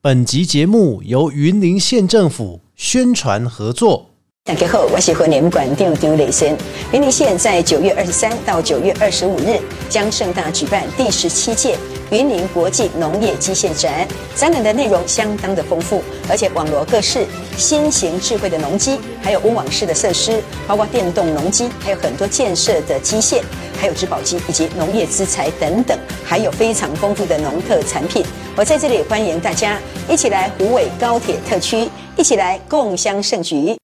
本集节目由云林县政府宣传合作。大家好，我是婚联馆长张磊生。云林县在九月二十三到九月二十五日将盛大举办第十七届云林国际农业基线展，展览的内容相当的丰富，而且网罗各式新型智慧的农机，还有温网式的设施，包括电动农机，还有很多建设的机械，还有植保机以及农业资材等等，还有非常丰富的农特产品。我在这里欢迎大家一起来虎尾高铁特区，一起来共襄盛举。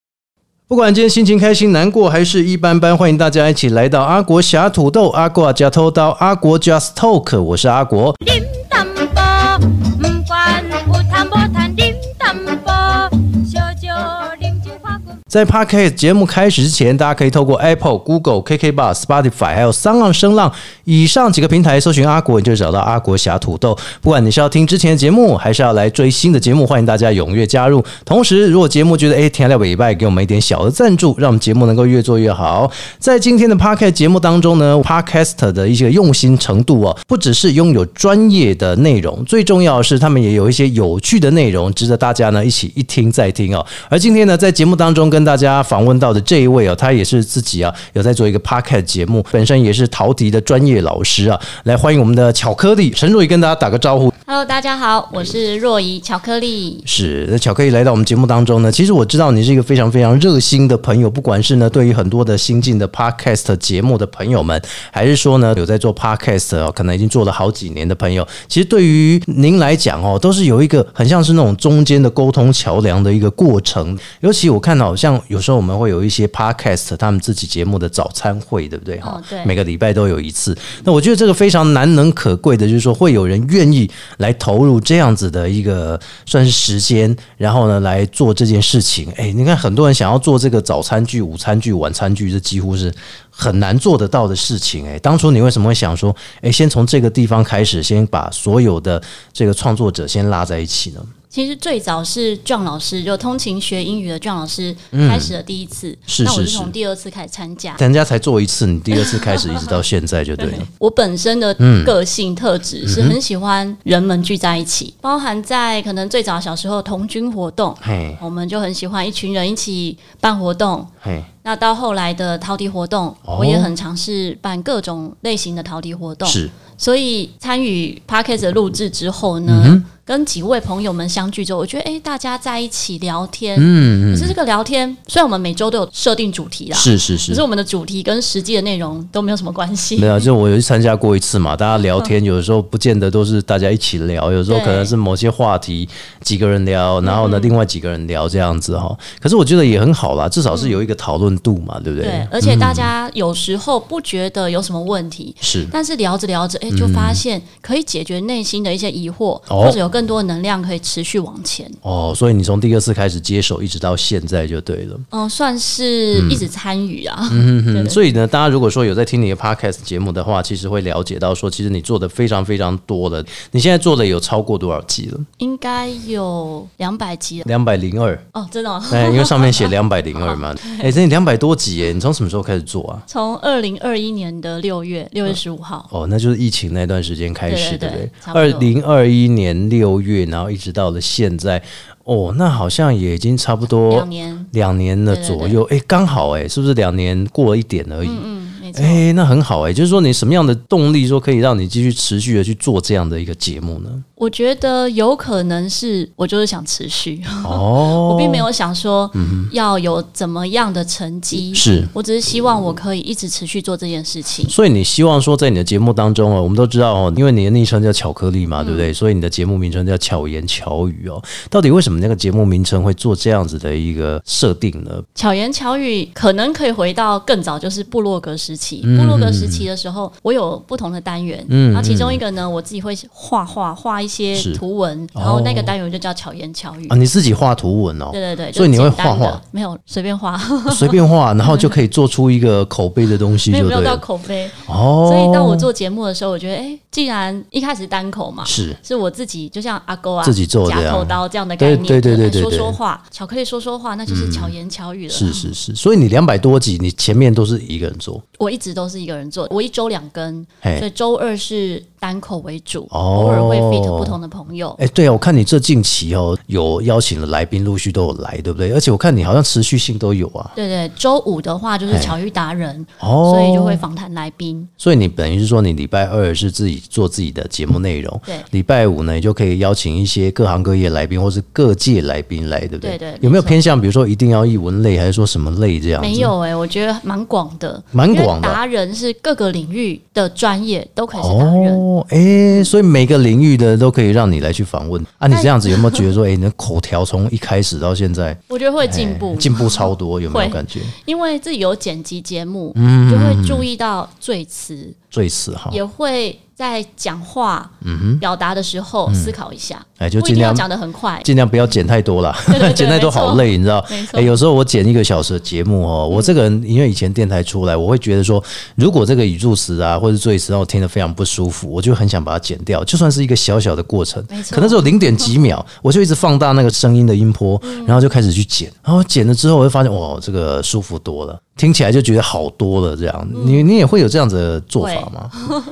不管今天心情开心、难过还是一般般，欢迎大家一起来到阿国侠土豆、阿国加偷刀、阿国 Just Talk，我是阿国。 điểm tâm bò mâm quan u tham bò than điểm tâm bò cho cho điểm chữ hoa cùng 在 Podcast 节目开始之前，大家可以透过 Apple、Google、KK Bar、Spotify 还有三浪声浪以上几个平台搜寻阿国，你就找到阿国侠土豆。不管你是要听之前的节目，还是要来追新的节目，欢迎大家踊跃加入。同时，如果节目觉得哎天料尾拜，给我们一点小的赞助，让我们节目能够越做越好。在今天的 Podcast 节目当中呢，Podcast 的一些用心程度哦，不只是拥有专业的内容，最重要的是他们也有一些有趣的内容，值得大家呢一起一听再听哦。而今天呢，在节目当中跟大家访问到的这一位哦，他也是自己啊有在做一个 Podcast 节目，本身也是陶笛的专业老师啊，来欢迎我们的巧克力陈若仪跟大家啊打个招呼。 Hello，大家好，我是若仪巧克力。是，那巧克力来到我们节目当中呢，其实我知道你是一个非常非常热心的朋友，不管是呢对于很多的新进的 podcast 节目的朋友们，还是说呢有在做 podcast 哦，可能已经做了好几年的朋友，其实对于您来讲哦，都是有一个很像是那种中间的沟通桥梁的一个过程。尤其我看好像有时候我们会有一些 podcast 他们自己节目的早餐会，对不对？哈、哦对每个礼拜都有一次。那我觉得这个非常难能可贵的，就是说会有人愿意来投入这样子的一个算是时间，然后呢来做这件事情。哎，你看很多人想要做这个早餐剧、午餐剧、晚餐剧，这几乎是很难做得到的事情。哎，当初你为什么会想说，哎，先从这个地方开始，先把所有的这个创作者先拉在一起呢？其实最早是壮老师，就通勤学英语的壮老师开始的第一次，嗯是那我是是是从第二次开始参加。人家才做一次，你第二次开始一直到现在就对了。我本身的个性特质嗯是很喜欢人们聚在一起，包含在可能最早小时候童军活 动，嘿，我们就很喜欢一群人一起办活动。嘿，那到后来的陶笛活动，哦我也很尝试办各种类型的陶笛活动。是所以参与 p a c k a g e 的录制之后嗯呢，跟几位朋友们相聚之后，我觉得哎、诶大家在一起聊天，嗯，可是这个聊天虽然我们每周都有设定主题啦，，是是可是是。我们的主题跟实际的内容都没有什么关系没。有，啊就我有去参加过一次嘛，大家聊天有的时候不见得都是大家一起聊，有时候可能是某些话题几个人聊，然后呢另外几个人聊这样子哈。可是我觉得也很好啦，至少是有一个讨论度嘛，对不嗯对对，？而且大家有时候不觉得有什么问题，是但是聊着聊着，哎、就发现可以解决内心的一些疑惑，哦或者有更多的能量可以持续往前。哦，所以你从第二次开始接手，一直到现在就对了。嗯、算是一直参与啊。对嗯嗯，所以呢，大家如果说有在听你的 podcast 节目的话，其实会了解到说，其实你做的非常非常多了。你现在做的有超过多少集了？应该有两百集了两百零二。哦，真的、哦。哎，因为上面写两百零二嘛。哎，这两百多集耶，你从什么时候开始做啊？从二零二一年的六月六月十五号，哦，那就是疫情那段时间开始，对对不对对？差二不多零二一年六月，然后一直到了现在，哦，那好像也已经差不多两年，两年了对对对左右。哎，刚好哎，是不是两年过了一点而已？嗯，没错。哎，那很好哎，就是说你什么样的动力说可以让你继续持续的去做这样的一个节目呢？我觉得有可能是我就是想持续，哦，嗯 嗯我并没有想说要有怎么样的成绩，是我只是希望我可以一直持续做这件事情。所以你希望说，在你的节目当中哦，我们都知道哦，因为你的昵称叫巧克力嗯嘛，对不对？所以你的节目名称叫巧言巧语哦。到底为什么那个节目名称会做这样子的一个设定呢？巧言巧语可能可以回到更早，就是部落格时期。嗯部落格时期的时候，我有不同的单元，然后其中一个呢，我自己会画画，画一些嗯是哦图文，然后那个单元就叫巧言巧语啊，。你自己画图文哦，嗯对对对，所以你会就是简单的画画？没有，随便画，随便画，然后就可以做出一个口碑的东西，没有就没对有到了。口碑。哦，所以当我做节目的时候，我觉得，哎、既然一开始单口嘛，是是我自己，就像阿勾啊，哦自己做这夹样头刀这样的概对念，对对对可能对说对嗯说话，巧克力说说话，那就是巧言巧语了。是是是，所以你两百多集，你前面都是一个人做，我一直都是一个人做，我一周两更，嘿所以周二是单口为主，哎哦偶尔会 fit 不同的朋友。哎，对啊，我看你这近期哦，有邀请的来宾陆续都有来，对不对？而且我看你好像持续性都有啊。对对，周五的话就是巧遇达人，哎哦，所以就会访谈来宾。所以你等于是说，你礼拜二是自己做自己的节目内容，对礼拜五呢，你就可以邀请一些各行各业来宾或是各界来宾来，对不对？对对有没有没错偏向，比如说一定要译文类，还是说什么类这样子？没有哎、我觉得蛮广的，哦蛮广的因为达人是各个领域的专业都可以是达人。哦，哎、所以每个领域的都可以让你来去访嗯问啊。你这样子有没有觉得说，哎、你的口条从一开始到现在我觉得会 进哎步，进步超多，有没有会感觉？因为自己有剪辑节目，嗯就会注意到最词，最次哈，也会在讲话、表达的时候思考一下，嗯哎就不一尽定量要讲得很快。尽量不要剪太多啦，对对 对剪太多好累，你知道没？错哎，嗯有时候我剪一个小时的节目哦，我这个人因为以前电台出来，我会觉得说，如果这个语助词啊或者赘词让我听得非常不舒服，我就很想把它剪掉，就算是一个小小的过程没，错可能只有零点几秒，我就一直放大那个声音的音波，嗯然后就开始去剪，然后剪了之后，我就发现哇，这个舒服多了。听起来就觉得好多了，这样你你也会有这样子的做法吗？嗯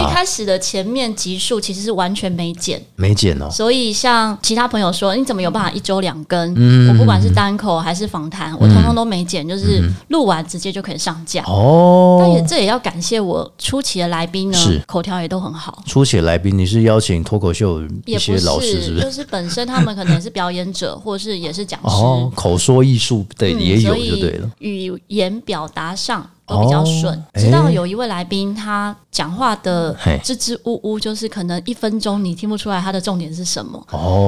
一啊，开始的前面集数其实是完全没剪，没剪哦，所以像其他朋友说，你怎么有办法一周两嗯更？我不管是单口还是访谈，我通通都没剪，就是录完直接就可以上架。嗯哦，但也这也要感谢我初期的来宾呢是，口条也都很好。出血来宾，你是邀请脱口秀一也些不老师，是不？就是是本身他们可能也是表演者，或者是也是讲师，哦，口说艺术对、嗯也有就所以对了。语言表达上都比较顺。哦直到哎有一位来宾，他讲话的嘿支支吾吾，就是可能一分钟你听不出来他的重点是什么。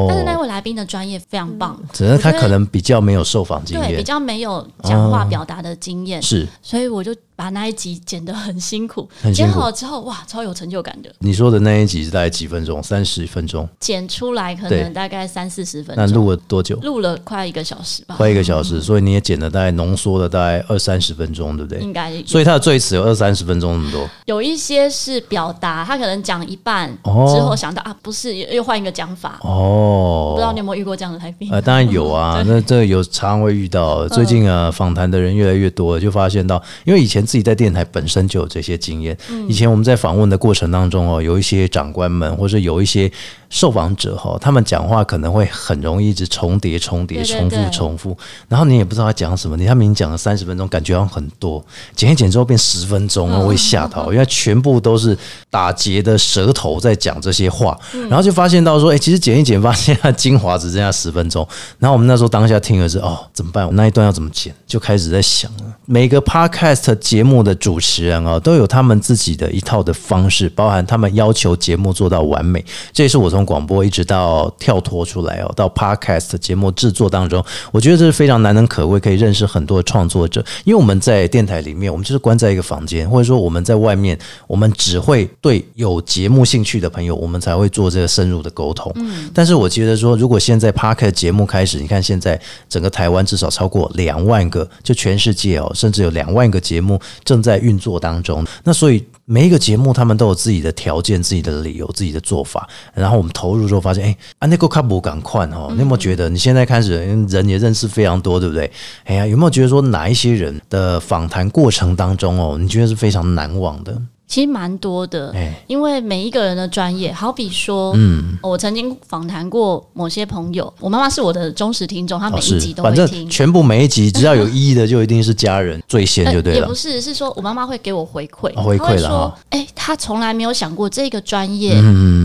但是那哦，位来宾的专业非常棒，只是他我觉得可能比较没有受访经对比验，较没有讲话哦表达的经验，是所以我就把那一集剪得很辛苦。很辛剪苦好了之后，哇，超有成就感的，你说的那一集是大概几分钟？三十分钟？剪出来可对能大概三四十分那钟，录了多久？录了嗯快一个小时吧，快一个小时，所以你也剪了大概浓缩了大概二三十分钟，对不对应？该所以他的最迟有二三十分钟那么多。有一些是表达，他可能讲一半、哦之后想到啊，不是，又又换一个讲法。哦，不知道你有没有遇过这样的来宾？呃，当然有啊，那这有常常会遇到。最近啊，访谈的人越来越多了，就发现到，因为以前自己在电台本身就有这些经验。以前我们在访问的过程当中哦，有一些长官们或者有一些受访者哈、哦，他们讲话可能会很容易一直重叠、重叠、对对重复、对重复，然后你也不知道他讲什么，你他明明讲了三十分钟，感觉好像很多，剪一剪之后变十分钟，嗯我会吓 到，因为全部都是打结的舌头在讲这些话，嗯然后就发现到说，哎、其实剪一剪，发现它精华只剩下十分钟。然后我们那时候当下听的是，哦，怎么办？我那一段要怎么剪？就开始在想了。每个 podcast 节目的主持人哦，都有他们自己的一套的方式，包含他们要求节目做到完美。这也是我从广播一直到跳脱出来哦，到 podcast 节目制作当中，我觉得这是非常难能可贵，可以认识很多创作者。因为我们在电台里面，我们就是关在一个房间，或者说我们在外面，我们只会对有节目兴趣的朋友，我们才会做这个深入的沟通。但是我觉得说，如果现在 p a r k 节目开始，你看现在整个台湾至少超过两万个，就全世界哦，甚至有两万个节目正在运作当中。那所以每一个节目他们都有自己的条件、自己的理由、自己的做法。然后我们投入之后发现，哎、啊那个卡不赶快哦，你有没有觉得你现在开始嗯人也认识非常多，对不对？哎呀，有没有觉得说哪一些人的访谈过程当中哦，你觉得是非常难忘的？其实蛮多的，哎嗯因为每一个人的专业，好比说，我曾经访谈过某些朋友，我妈妈是我的忠实听众，她每哦，一是集，都反会正听。全部每一集 只要有意义的，就一定是家人最先 呃就对也了不。是，是说我妈妈会给我回馈，哦回馈她会了说哈，嗯哎、她从来没有想过这个专业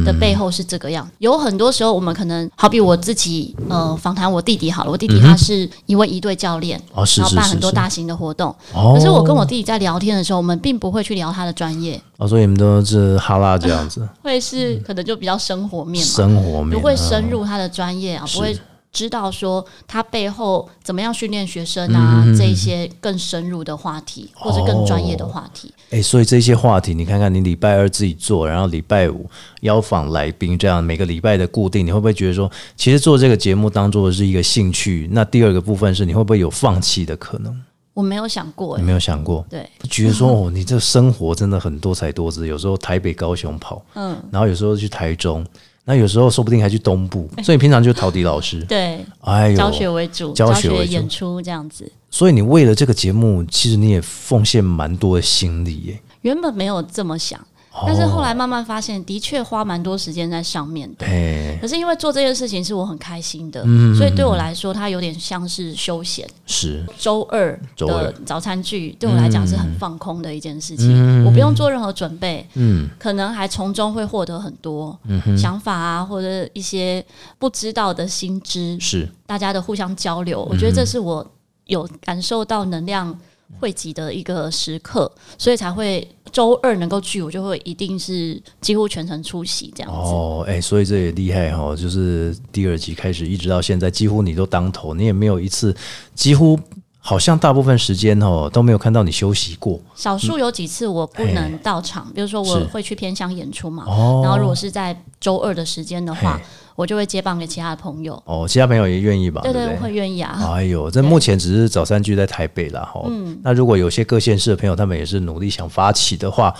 的背后是这个样。有很多时候，我们可能好比我自己，呃，访谈我弟弟好了，我弟弟他是一位一队教练，嗯哦是然后是办是很多是大型的活动。哦可是我跟我弟弟在聊天的时候，我们并不会去聊他的专业，哦，所以你们都是哈拉这 样子会是可能就比较生活面嘛，嗯生活面，不会深嗯入他的专业啊，是不会知道说他背后怎么样训练学生啊、嗯这一些更深入的话题，或者更专业的话题。哎、所以这些话题，你看看，你礼拜二自己做，然后礼拜五邀访来宾，这样每个礼拜的固定，你会不会觉得说，其实做这个节目当做是一个兴趣？那第二个部分是，你会不会有放弃的可能？我没有想过、你欸，没有想过？对，觉得 说哦，你这生活真的很多才多姿，有时候台北、高雄跑，嗯，然后有时候去台中，那有时候说不定还去东部，所以你平常就是陶笛老师，对，哎呦，教学为主，教教学为主演出这样子。所以你为了这个节目，其实你也奉献蛮多的心力耶。原本没有这么想，哦但是后来慢慢发现，的确花蛮多时间在上面的。哎，可是因为做这件事情是我很开心嗯的，所以对我来说，它有点像是休闲。是周二周二的早餐剧对我来讲是很放空的一件事情，我不用做任何准备，嗯可能还从中会获得很多想法啊，或者一些不知道的新知，是，大家的互相交流，嗯我觉得这是我有感受到能量汇集的一个时刻，所以才会周二能够聚，我就会一定是几乎全程出席这样子。哦，哎、所以这也厉害哈、就是第二集开始一直到现在，几乎你都当头，你也没有一次，几乎好像大部分时间哦都没有看到你休息过。少数有几次我不能到场，比如说我嗯是会去偏乡演出嘛，哦然后如果是在周二的时间的话嘿，我就会接棒给其他的朋友，哦，其他朋友也愿意吧？对对对，我不会愿意啊。哎呦，这目前只是早餐聚在台北啦，哈。那如果有些各县市的朋友，他们也是努力想发起的话，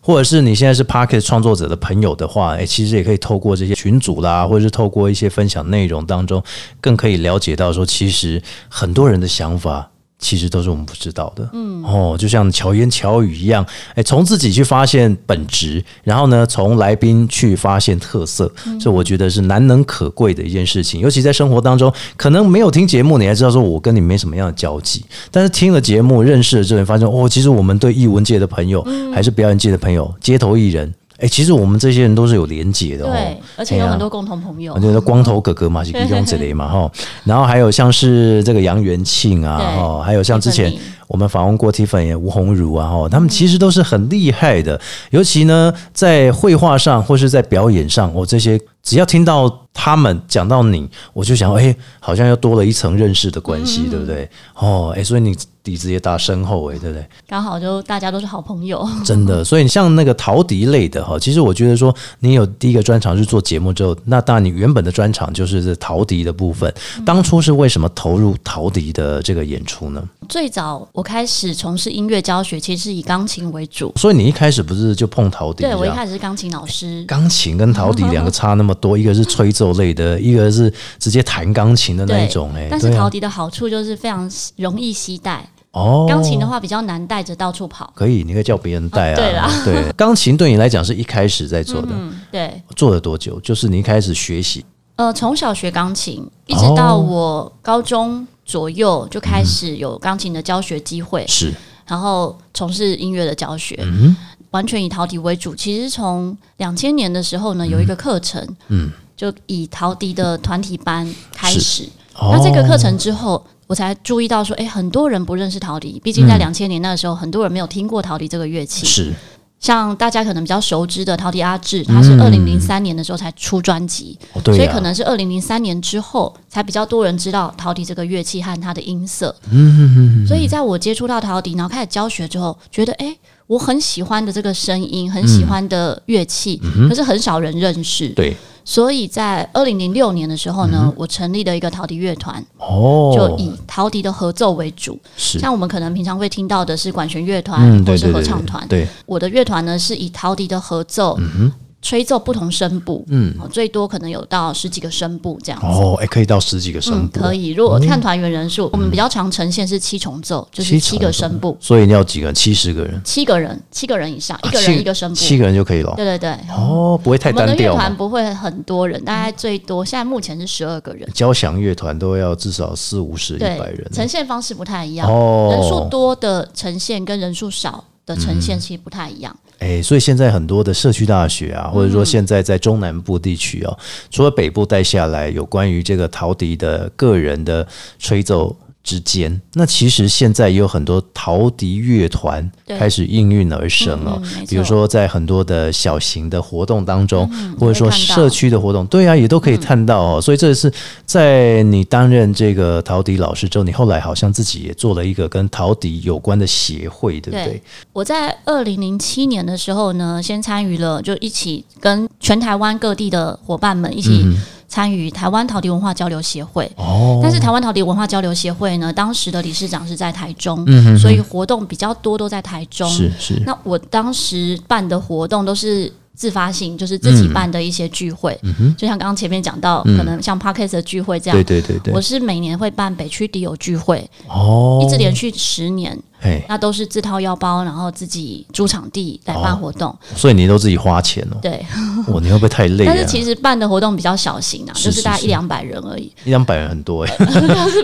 或者是你现在是 p a r k e t 创作者的朋友的话，哎、其实也可以透过这些群组啦，或者是透过一些分享内容当中，更可以了解到说，其实很多人的想法。其实都是我们不知道的，嗯，哦，就像巧言巧语一样，哎，从自己去发现本质，然后呢，从来宾去发现特色，嗯这、我觉得是难能可贵的一件事情。尤其在生活当中，可能没有听节目，你还知道说我跟你没什么样的交集，但是听了节目，认识了之后，你发现哦，其实我们对艺文界的朋友，嗯还是表演界的朋友，街头艺人，哎，其实我们这些人都是有连结的哦，对，而且有哎呀很多共同朋友我。觉得光头哥哥嘛是其中之 类嘛哈，然后还有像是这个杨元庆啊对哈，还有像之前 Tiffany 我们访问过 Tiffany 吴鸿儒啊哈，他们其实都是很厉害的，尤其呢在绘画上或是在表演上，哦我、这些只要听到他们讲到你，我就想哎、好像又多了一层认识的关嗯系，对不对？哦，哎、所以你底子也打深厚哎、对不对？刚好就大家都是好朋友，真的，所以像那个陶笛类的哈，其实我觉得说，你有第一个专场是做节目之后，那当然你原本的专场就是这陶笛的部分。嗯当初是为什么投入陶笛的这个演出呢？最早我开始从事音乐教学，其实是以钢琴为主。所以你一开始不是就碰陶笛？对我这一样开始是钢琴老师，钢琴跟陶笛两个差那么多，一个是吹奏类的，一个是直接弹钢琴的那对一种、哎，但是对啊陶笛的好处就是非常容易携带，哦，钢琴的话比较难带着到处跑。可以，你可以叫别人带啊。哦对啦 对，钢琴对你来讲是一开始在做的，嗯，对，做了多久？就是你一开始学习呃，从小学钢琴，一直到我高中左右就开始有钢琴的教学机会，是然后从事音乐的教学，嗯完全以陶笛为主。其实从两千年的时候呢，有一个课程，嗯，就以陶笛的团体班开始。哦那这个课程之后，我才注意到说，诶，很多人不认识陶笛，毕竟在两千年那个时候，很多人没有听过陶笛这个乐器。嗯哦是像大家可能比较熟知的陶笛阿志，他是二零零三年的时候才出专辑，哦，嗯对、啊，所以可能是二零零三年之后才比较多人知道陶笛这个乐器和它的音色。嗯所以在我接触到陶笛，然后开始教学之后，觉得诶，哎我很喜欢的这个声音，很喜欢的乐器，可是很少人认识。嗯对嗯所以在二零零六年的时候呢，我成立了一个陶笛乐团，哦，就以陶笛的合奏为主。是像我们可能平常会听到的是管弦乐团、嗯，对对或是对合对唱团，对，嗯我的乐团呢是以陶笛的合奏、吹奏不同声部，嗯，最多可能有到十几个声部这样子。哦，哎，可以到十几个声嗯，部，嗯可以。如果看团员人数，我们比较常呈现是七重奏，就是七个声部，所以你要几个人？七十个人，七个人，七个人以上，一个啊七人一个声部。七个人就可以了对。对对，哦，不会太我们的单乐调嗯团嘛。不会很多人，大概最多现在目前是十二个人。交响乐团都要至少四五十、一对百人，，呈现方式不太一样，哦嗯人数多的呈现跟人数少的呈现其实不太一样。哎，所以现在很多的社区大学啊，或者嗯说现在在中南部地区哦，除了北部带下来有关于这个陶笛的个人的吹奏之间，那其实现在也有很多陶笛乐团对开始应运而生哦嗯嗯没。错比如说在很多的小型的活动当中，或者说嗯可以看到嗯社区的活动，对啊，也都可以看到哦。所以这是在你担任这个陶笛老师之后，你后来好像自己也做了一个跟陶笛有关的协会，对不对？对我在二零零七年的时候呢，先参与了，就一起跟全台湾各地的伙伴们一起参与台湾陶笛文化交流协会。嗯哦但是台湾陶笛文化交流协会呢，当时的理事长是在台中，所以活动比较多都在台中。嗯是是。那我当时办的活动都是自发性，就是自嗯己办的一些聚会，就像刚刚前面讲到，可能像 p a r k e s 的聚会这样。对对对对我，是每年会办北区迪友聚会，哦一直连续十年。嘿，那都是自掏腰包，然后自己租场地来办活动。所以你都自己花钱哦，对， 哇，你会不会太哦累啊？但是其实办的活动比较小型啊，是就是大概是一两百人而已。一两百人很多 哎、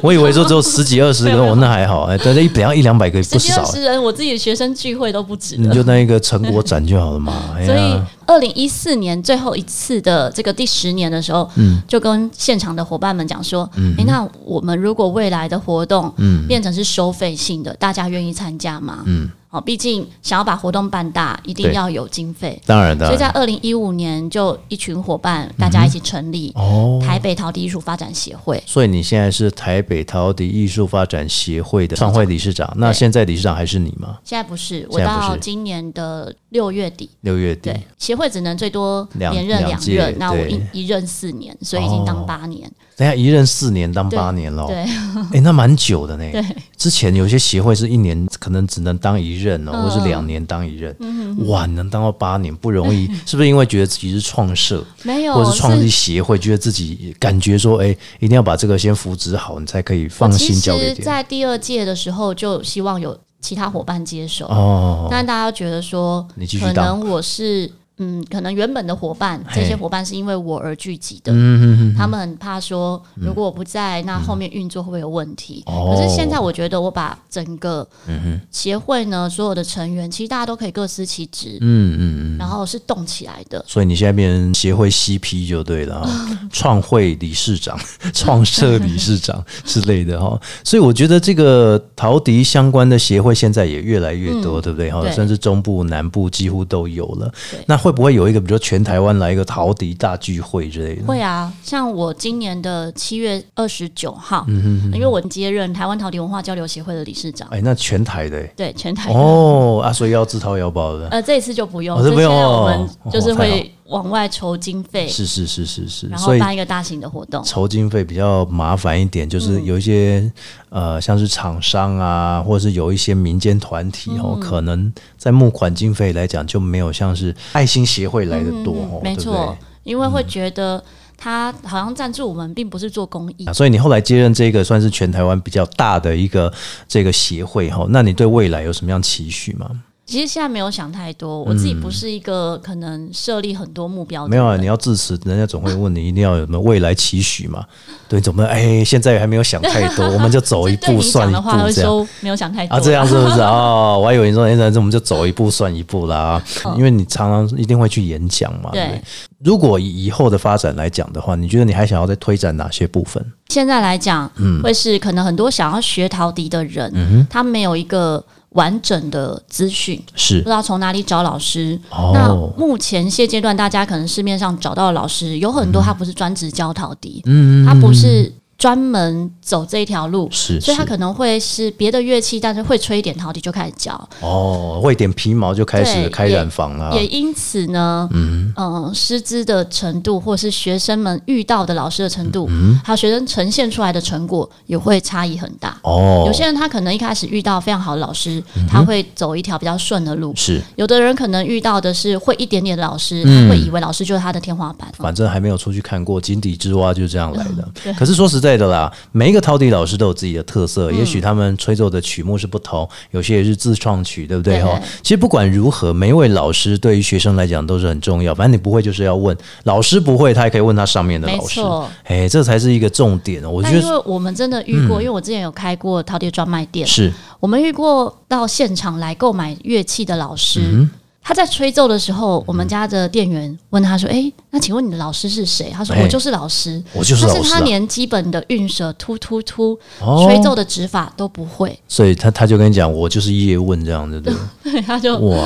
我以为说只有十几二十个，我那还好哎、但是一两一两百个也不十几少嗯二欸、十人，我自己的学生聚会都不止你了。就那一个成果展就好了嘛。哎所以呀，，二零一四年最后一次的这个第十年的时候，嗯就跟现场的伙伴们讲说，诶，那我们如果未来的活动嗯变成是收费性的，大家愿意参加吗？嗯，哦，毕竟想要把活动办大，一定对要有经费。当然当所以在然，二零一五年，就一群伙伴大家一起成立哦台北陶笛艺术发展协会。所以你现在是台北陶笛艺术发展协会的创会理事长，那现在理事长还是你吗？现在不是，现我在不是到今年的六月底，六月底对，协会只能最多两连任两两届任，那我一对一任四年，所以已经当八年。等一下一任四年当八年喽，对， 哎、那蛮久的呢对。之前有些协会是一年可能只能当一任嗯哦，或是两年当一任，哇，你能当到八年不容易， 是不是因为觉得自己是创社？没有或者是创立协会，觉得自己感觉说，哎、一定要把这个先扶植好，你才可以放其心交给实，别人。在第二届的时候就希望有其他伙伴接手，哦，但大家觉得说你继，续可当能我是嗯，可能原本的伙伴，嘿嗯这些伙伴是因为我而聚集的，他们很怕说，如果我不在，那后面运作会不会有问题？哦可是现在我觉得，我把整个嗯协会呢所有的成员，其实大家都可以各司其职，嗯嗯嗯，然后是动起来的。所以你现在变成协会 CP 就对了、哈，嗯创会理事长、 创社理事长之类的哈、所以我觉得这个陶笛相关的协会现在也越来越多，对不对哈、嗯对甚至中部、南部几乎都有了对。那会不会有一个，比如说全台湾来一个陶笛大聚会之类的？会啊，像我今年的七月二十九号，嗯因为我接任台湾陶笛文化交流协会的理事长，哎，那全台的、哎对全台的哦啊，所以要自掏腰包的。呃，这一次就不用，哦这这不用现在哦我们就是哦会往外筹经费，是是是是是，然所后以办一个大型的活动。筹经费比较麻烦一点，嗯就是有一些、呃，像是厂商啊，或者是有一些民间团体哦，嗯可能在募款经费来讲就没有像是爱心协会来的多哦，嗯没对不对嗯错？，因为会觉得他好像赞助我们，并不是做公益啊，。所以你后来接任这个算是全台湾比较大的一个这个协会哈、哦，那你对未来有什么样期许吗？其实现在没有想太多，我自己不是一个可能设立很多目标嗯的人。没有啊，你要致辞，人家总会问你一定要有什么未来期许嘛？对，怎么哎，现在还没有想太多，我们就走一 这对步你算讲一的步话会这样。说没有想太多啊，这样是不是？哦，我还以为你说，哎、那我们就走一步算一步啦，因为你常常一定会去演讲嘛。对不对嗯对，如果以以后的发展来讲的话，你觉得你还想要再推展哪些部分？现在来讲，嗯会是可能很多想要学陶笛的人，他没有一个完整的资讯，是不知道从哪里找老师。哦那目前现阶段，大家可能市面上找到的老师有很多，他不是专职教陶笛，嗯，他不是专门走这一条路，是所以他是可能会是别的乐器，但是会吹一点陶笛就开始教。哦，会点皮毛就开始对开也染坊啦。也因此呢，嗯师资的程度，或是学生们遇到的老师的程度，还有学生呈现出来的成果，也会差异很大。哦，有些人他可能一开始遇到非常好的老师，他会走一条比较顺的路；是，有的人可能遇到的是会一点点的老师，他会以为老师就是他的天花嗯板。反正还没有出去看过，井底之蛙就是这样来嗯的。可是说实在的啦，每一个陶笛老师都有自己的特色，嗯也许他们吹奏的曲目是不同，有些也是自创曲，对不对？对哈，其实不管如何，每一位老师对于学生来讲都是很重要。反正你不会就是要问老师不会，他也可以问他上面的没老师错。哎，这才是一个重点哦。我那觉因得嗯为我们真的遇过，因为我之前有开过陶碟专卖店，是我们遇过到现场来购买乐器的老师，嗯他在吹奏的时候，我们家的店员问他说：“诶，哎那请问你的老师是谁？”他说：“哎我就是老师，我就是老但师是啊他连基本的运舌、突突突、哦吹奏的指法都不会， 所以他他就跟你讲，我就是叶问这样，对不对？他就哇，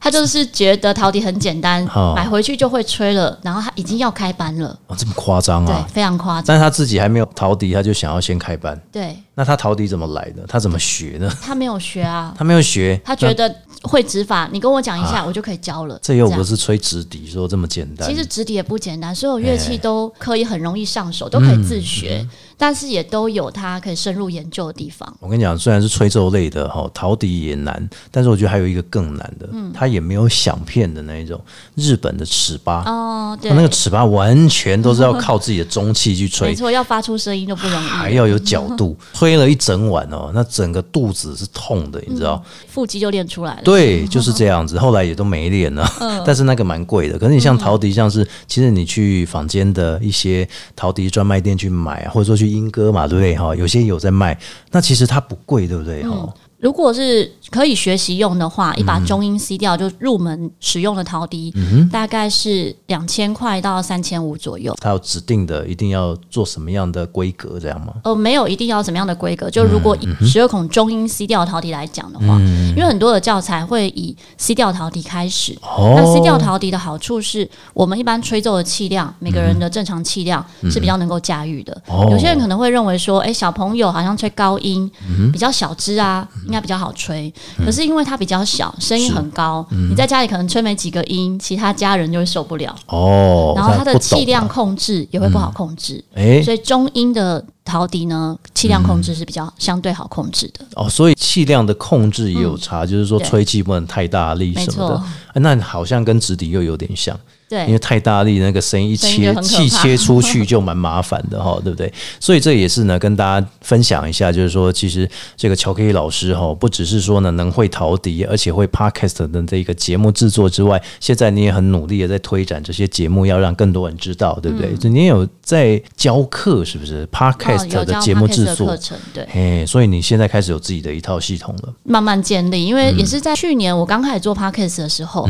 他就是觉得陶笛很简单，哦买回去就会吹了，然后他已经要开班了，哦这么夸张对啊，！非常夸张。但是他自己还没有陶笛，他就想要先开班。对那他陶笛怎么来的？他怎么学呢？他没有学啊，他没有学，他觉得会指法，你跟我讲一下，我就可以教了。啊这又样不是吹直笛说这么简单。其实直笛也不简单，所有乐器都可以很容易上手，都可以自学，但是也都有它可以深入研究的地方。我跟你讲，虽然是吹奏类的哈，陶笛也难，但是我觉得还有一个更难的，嗯它也没有响片的那一种，日本的尺八，哦，对，它嗯那个尺八完全都是要靠自己的中气去没吹，错，要发出声音就不容易了，还要有角度，吹了一整晚哦，那整个肚子是痛的，你知道？腹肌就练出来了。对，就是这样子。后来也都没练了，嗯 但是那个蛮贵的。可是你像陶笛，像是其实你去坊间的一些陶笛专卖店去买啊，或者说去莺歌嘛，对不对？哈，有些有在卖，那其实它不贵，对不对？哈、如果是可以学习用的话，一把嗯中音 C 调就入门使用的陶笛，大概是两千块到三千五左右。它有指定的，一定要做什么样的规格，这样吗？呃，没有一定要怎么样的规格，就如果嗯以十二孔中音 C 调陶笛来讲的话，因为很多的教材会以 C 调陶笛开始。哦那 C 调陶笛的好处是我们一般吹奏的气量，每个人的正常气量是比较能够驾驭的。嗯哦有些人可能会认为说，哎、小朋友好像吹高音、嗯比较小只啊，应该比较好吹。可是因为它比较小，声音很高，嗯你在家里可能吹没几个音，其他家人就会受不了。哦，然后它它的气量不懂啊，控制也会不好控制。哎、所以中音的陶笛呢，气量控制是比嗯较相对好控制的。哦，所以气量的控制也有差，就是说嗯对吹气不能太大力没什么的。错啊那好像跟直笛又有点像。因为对，太大力，那个声音一哎声音就切很可怕气切出去就蛮麻烦的 哈，对不对？所以这也是呢，跟大家分享一下，就是说，其实这个乔 K 老师哈，不只是说呢能会陶笛，而且会 podcast 的这一个节目制作之外，现在你也很努力的在推展这些节目，要让更多人知道，对不对？就你也有在教课，是不是嗯哦有？podcast 教节目 podcast 制的作课，程，对，嘿，所以你现在开始有自己的一套系统了，慢慢建立。因嗯为也是在去年我刚开始做 podcast 的时候，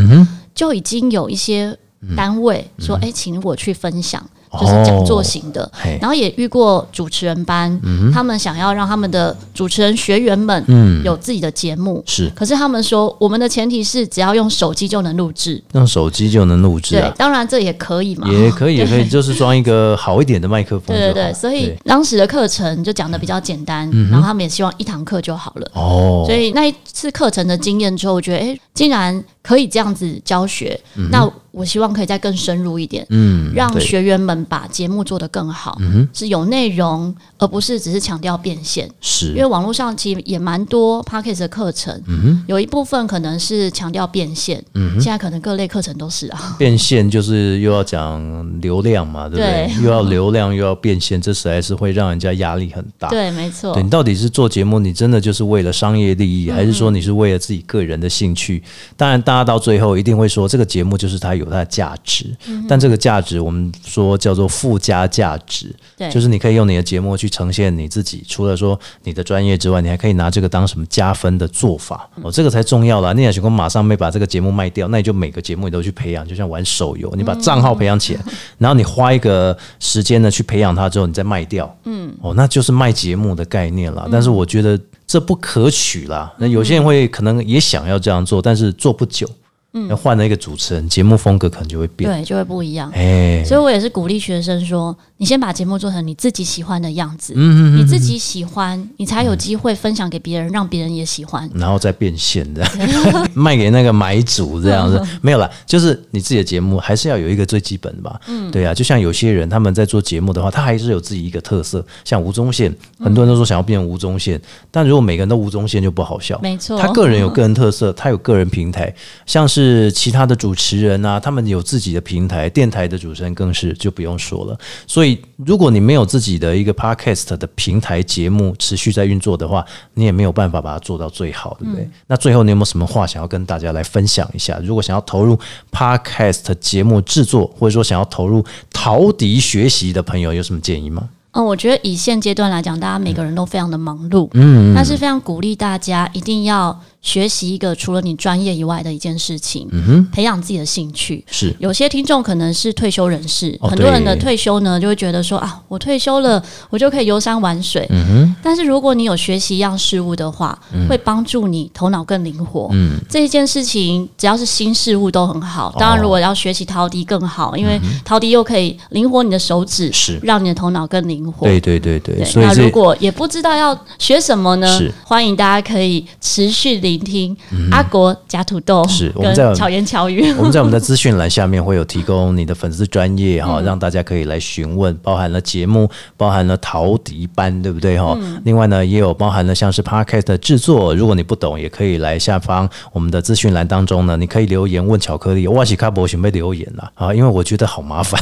就已经有一些嗯单位说：“哎、请我去分享。”就是讲座型的，哦嘿嗯然后也遇过主持人班，他们想要让他们的主持人学员们嗯有自己的节目，是可是他们说，我们的前提是只要用手机就能录制，用手机就能录制对啊，，当然这也可以嘛，也可以，也可以，就是装一个好一点的麦克风就对好，对对，所以对嗯当时的课程就讲的比较简单，然后他们也希望一堂课就好了。哦，所以那一次课程的经验之后，我觉得，诶，竟然可以这样子教学，那我希望可以再更深入一点，嗯，让对嗯学员们把节目做得更好，是有内容，而不是只是强调变现。是因为网络上其实也蛮多 p a c k a g e 的课程，嗯有一部分可能是强调变现，现在可能各类课程都是啊，变现就是又要讲流量嘛，对不对？对又要流量又要变现，这实在是会让人家压力很大。 对，没错对，，你到底是做节目，你真的就是为了商业利益，还是嗯说你是为了自己个人的兴趣？当然，大家到最后一定会说，这个节目就是它有它的价值，嗯但这个价值我们说叫做附加价值，对就是你可以用你的节目去呈现你自己，除了说你的专业之外，你还可以拿这个当什么加分的做法哦，这个才重要啦。你想学工马上没把这个节目卖掉，那你就每个节目你都去培养，就像玩手游，你把账号培养起来，嗯然后你花一个时间呢去培养它之后，你再卖掉，嗯，哦，那就是卖节目的概念啦。但是我觉得这不可取啦。那有些人会可能也想要这样做，但是做不久，嗯，换了一个主持人，节目风格可能就会变，对，就会不一样。哎，所以我也是鼓励学生说，你先把节目做成你自己喜欢的样子，你自己喜欢，你才有机会分享给别人，让别人也喜欢。然后再变现这样， 卖给那个买主这样 子，没有啦，就是你自己的节目还是要有一个最基本的吧，嗯，对啊，就像有些人他们在做节目的话，他还是有自己一个特色，像吴宗宪，很多人都说想要变吴宗宪，但如果每个人都吴宗宪就不好笑，没错他个人有个人特色，他有个人平台，像是其他的主持人啊，他们有自己的平台，电台的主持人更是就不用说了。所以，如果你没有自己的一个 podcast 的平台节目持续在运作的话，你也没有办法把它做到最好，对不对？那最后你有没有什么话想要跟大家来分享一下？如果想要投入 podcast 节目制作，或者说想要投入陶笛学习的朋友，有什么建议吗？嗯，我觉得以现阶段来讲，大家每个人都非常的忙碌，嗯，但是非常鼓励大家一定要学习一个除了你专业以外的一件事情，培养自己的兴趣。是有些听众可能是退休人士，哦很多人的对退休呢就会觉得说啊，我退休了，我就可以游山玩水。嗯但是如果你有学习一样事物的话，会帮助你头脑更灵活。嗯这一件事情只要是新事物都很哦好。当然，如果要学习陶笛更好，因为陶笛又可以灵活你的手指，嗯是让你的头脑更灵活。对对对对，对所以那这如果也不知道要学什么呢是？嗯欢迎大家可以持续聆听阿国夹土豆是我们在跟巧言 巧语。我们在我们的资讯栏下面会有提供你的粉丝专业嗯哈，让大家可以来询问，包含了节目，包含了陶笛班，对不对哈？嗯另外呢，也有包含了像是 podcast 的制作，如果你不懂，也可以来下方我们的资讯栏当中呢，你可以留言问巧克力，哇西卡博准备留言啦啊，因为我觉得好麻 烦，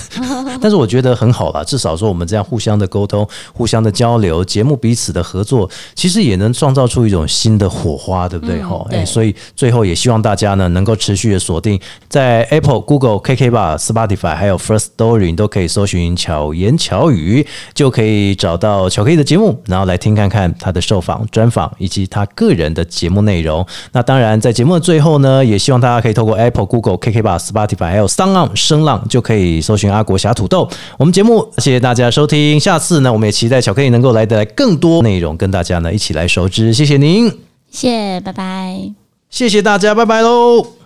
但是我觉得很好啦，至少说我们这样互相的沟通、互相的交流，节目彼此的合作，其实也能创造出一种新的火花，对不对哈？嗯对哎所以最后也希望大家呢能够持续的锁定在 Apple、Google、KK 吧、Spotify 还有 First Story，你都可以搜寻“巧言巧语”，就可以找到巧克力的节目，然后来听看看他的受访、专访以及他个人的节目内容。那当然，在节目的最后呢，也希望大家可以透过 Apple、Google、KK 吧、Spotify 还有 s o n g 声浪，就可以搜寻阿国侠土豆。我们节目谢谢大家收听，下次呢我们也期待巧克力能够来带来更多内容跟大家呢一起来熟知，谢谢您。谢谢，拜拜。谢谢大家，拜拜喽。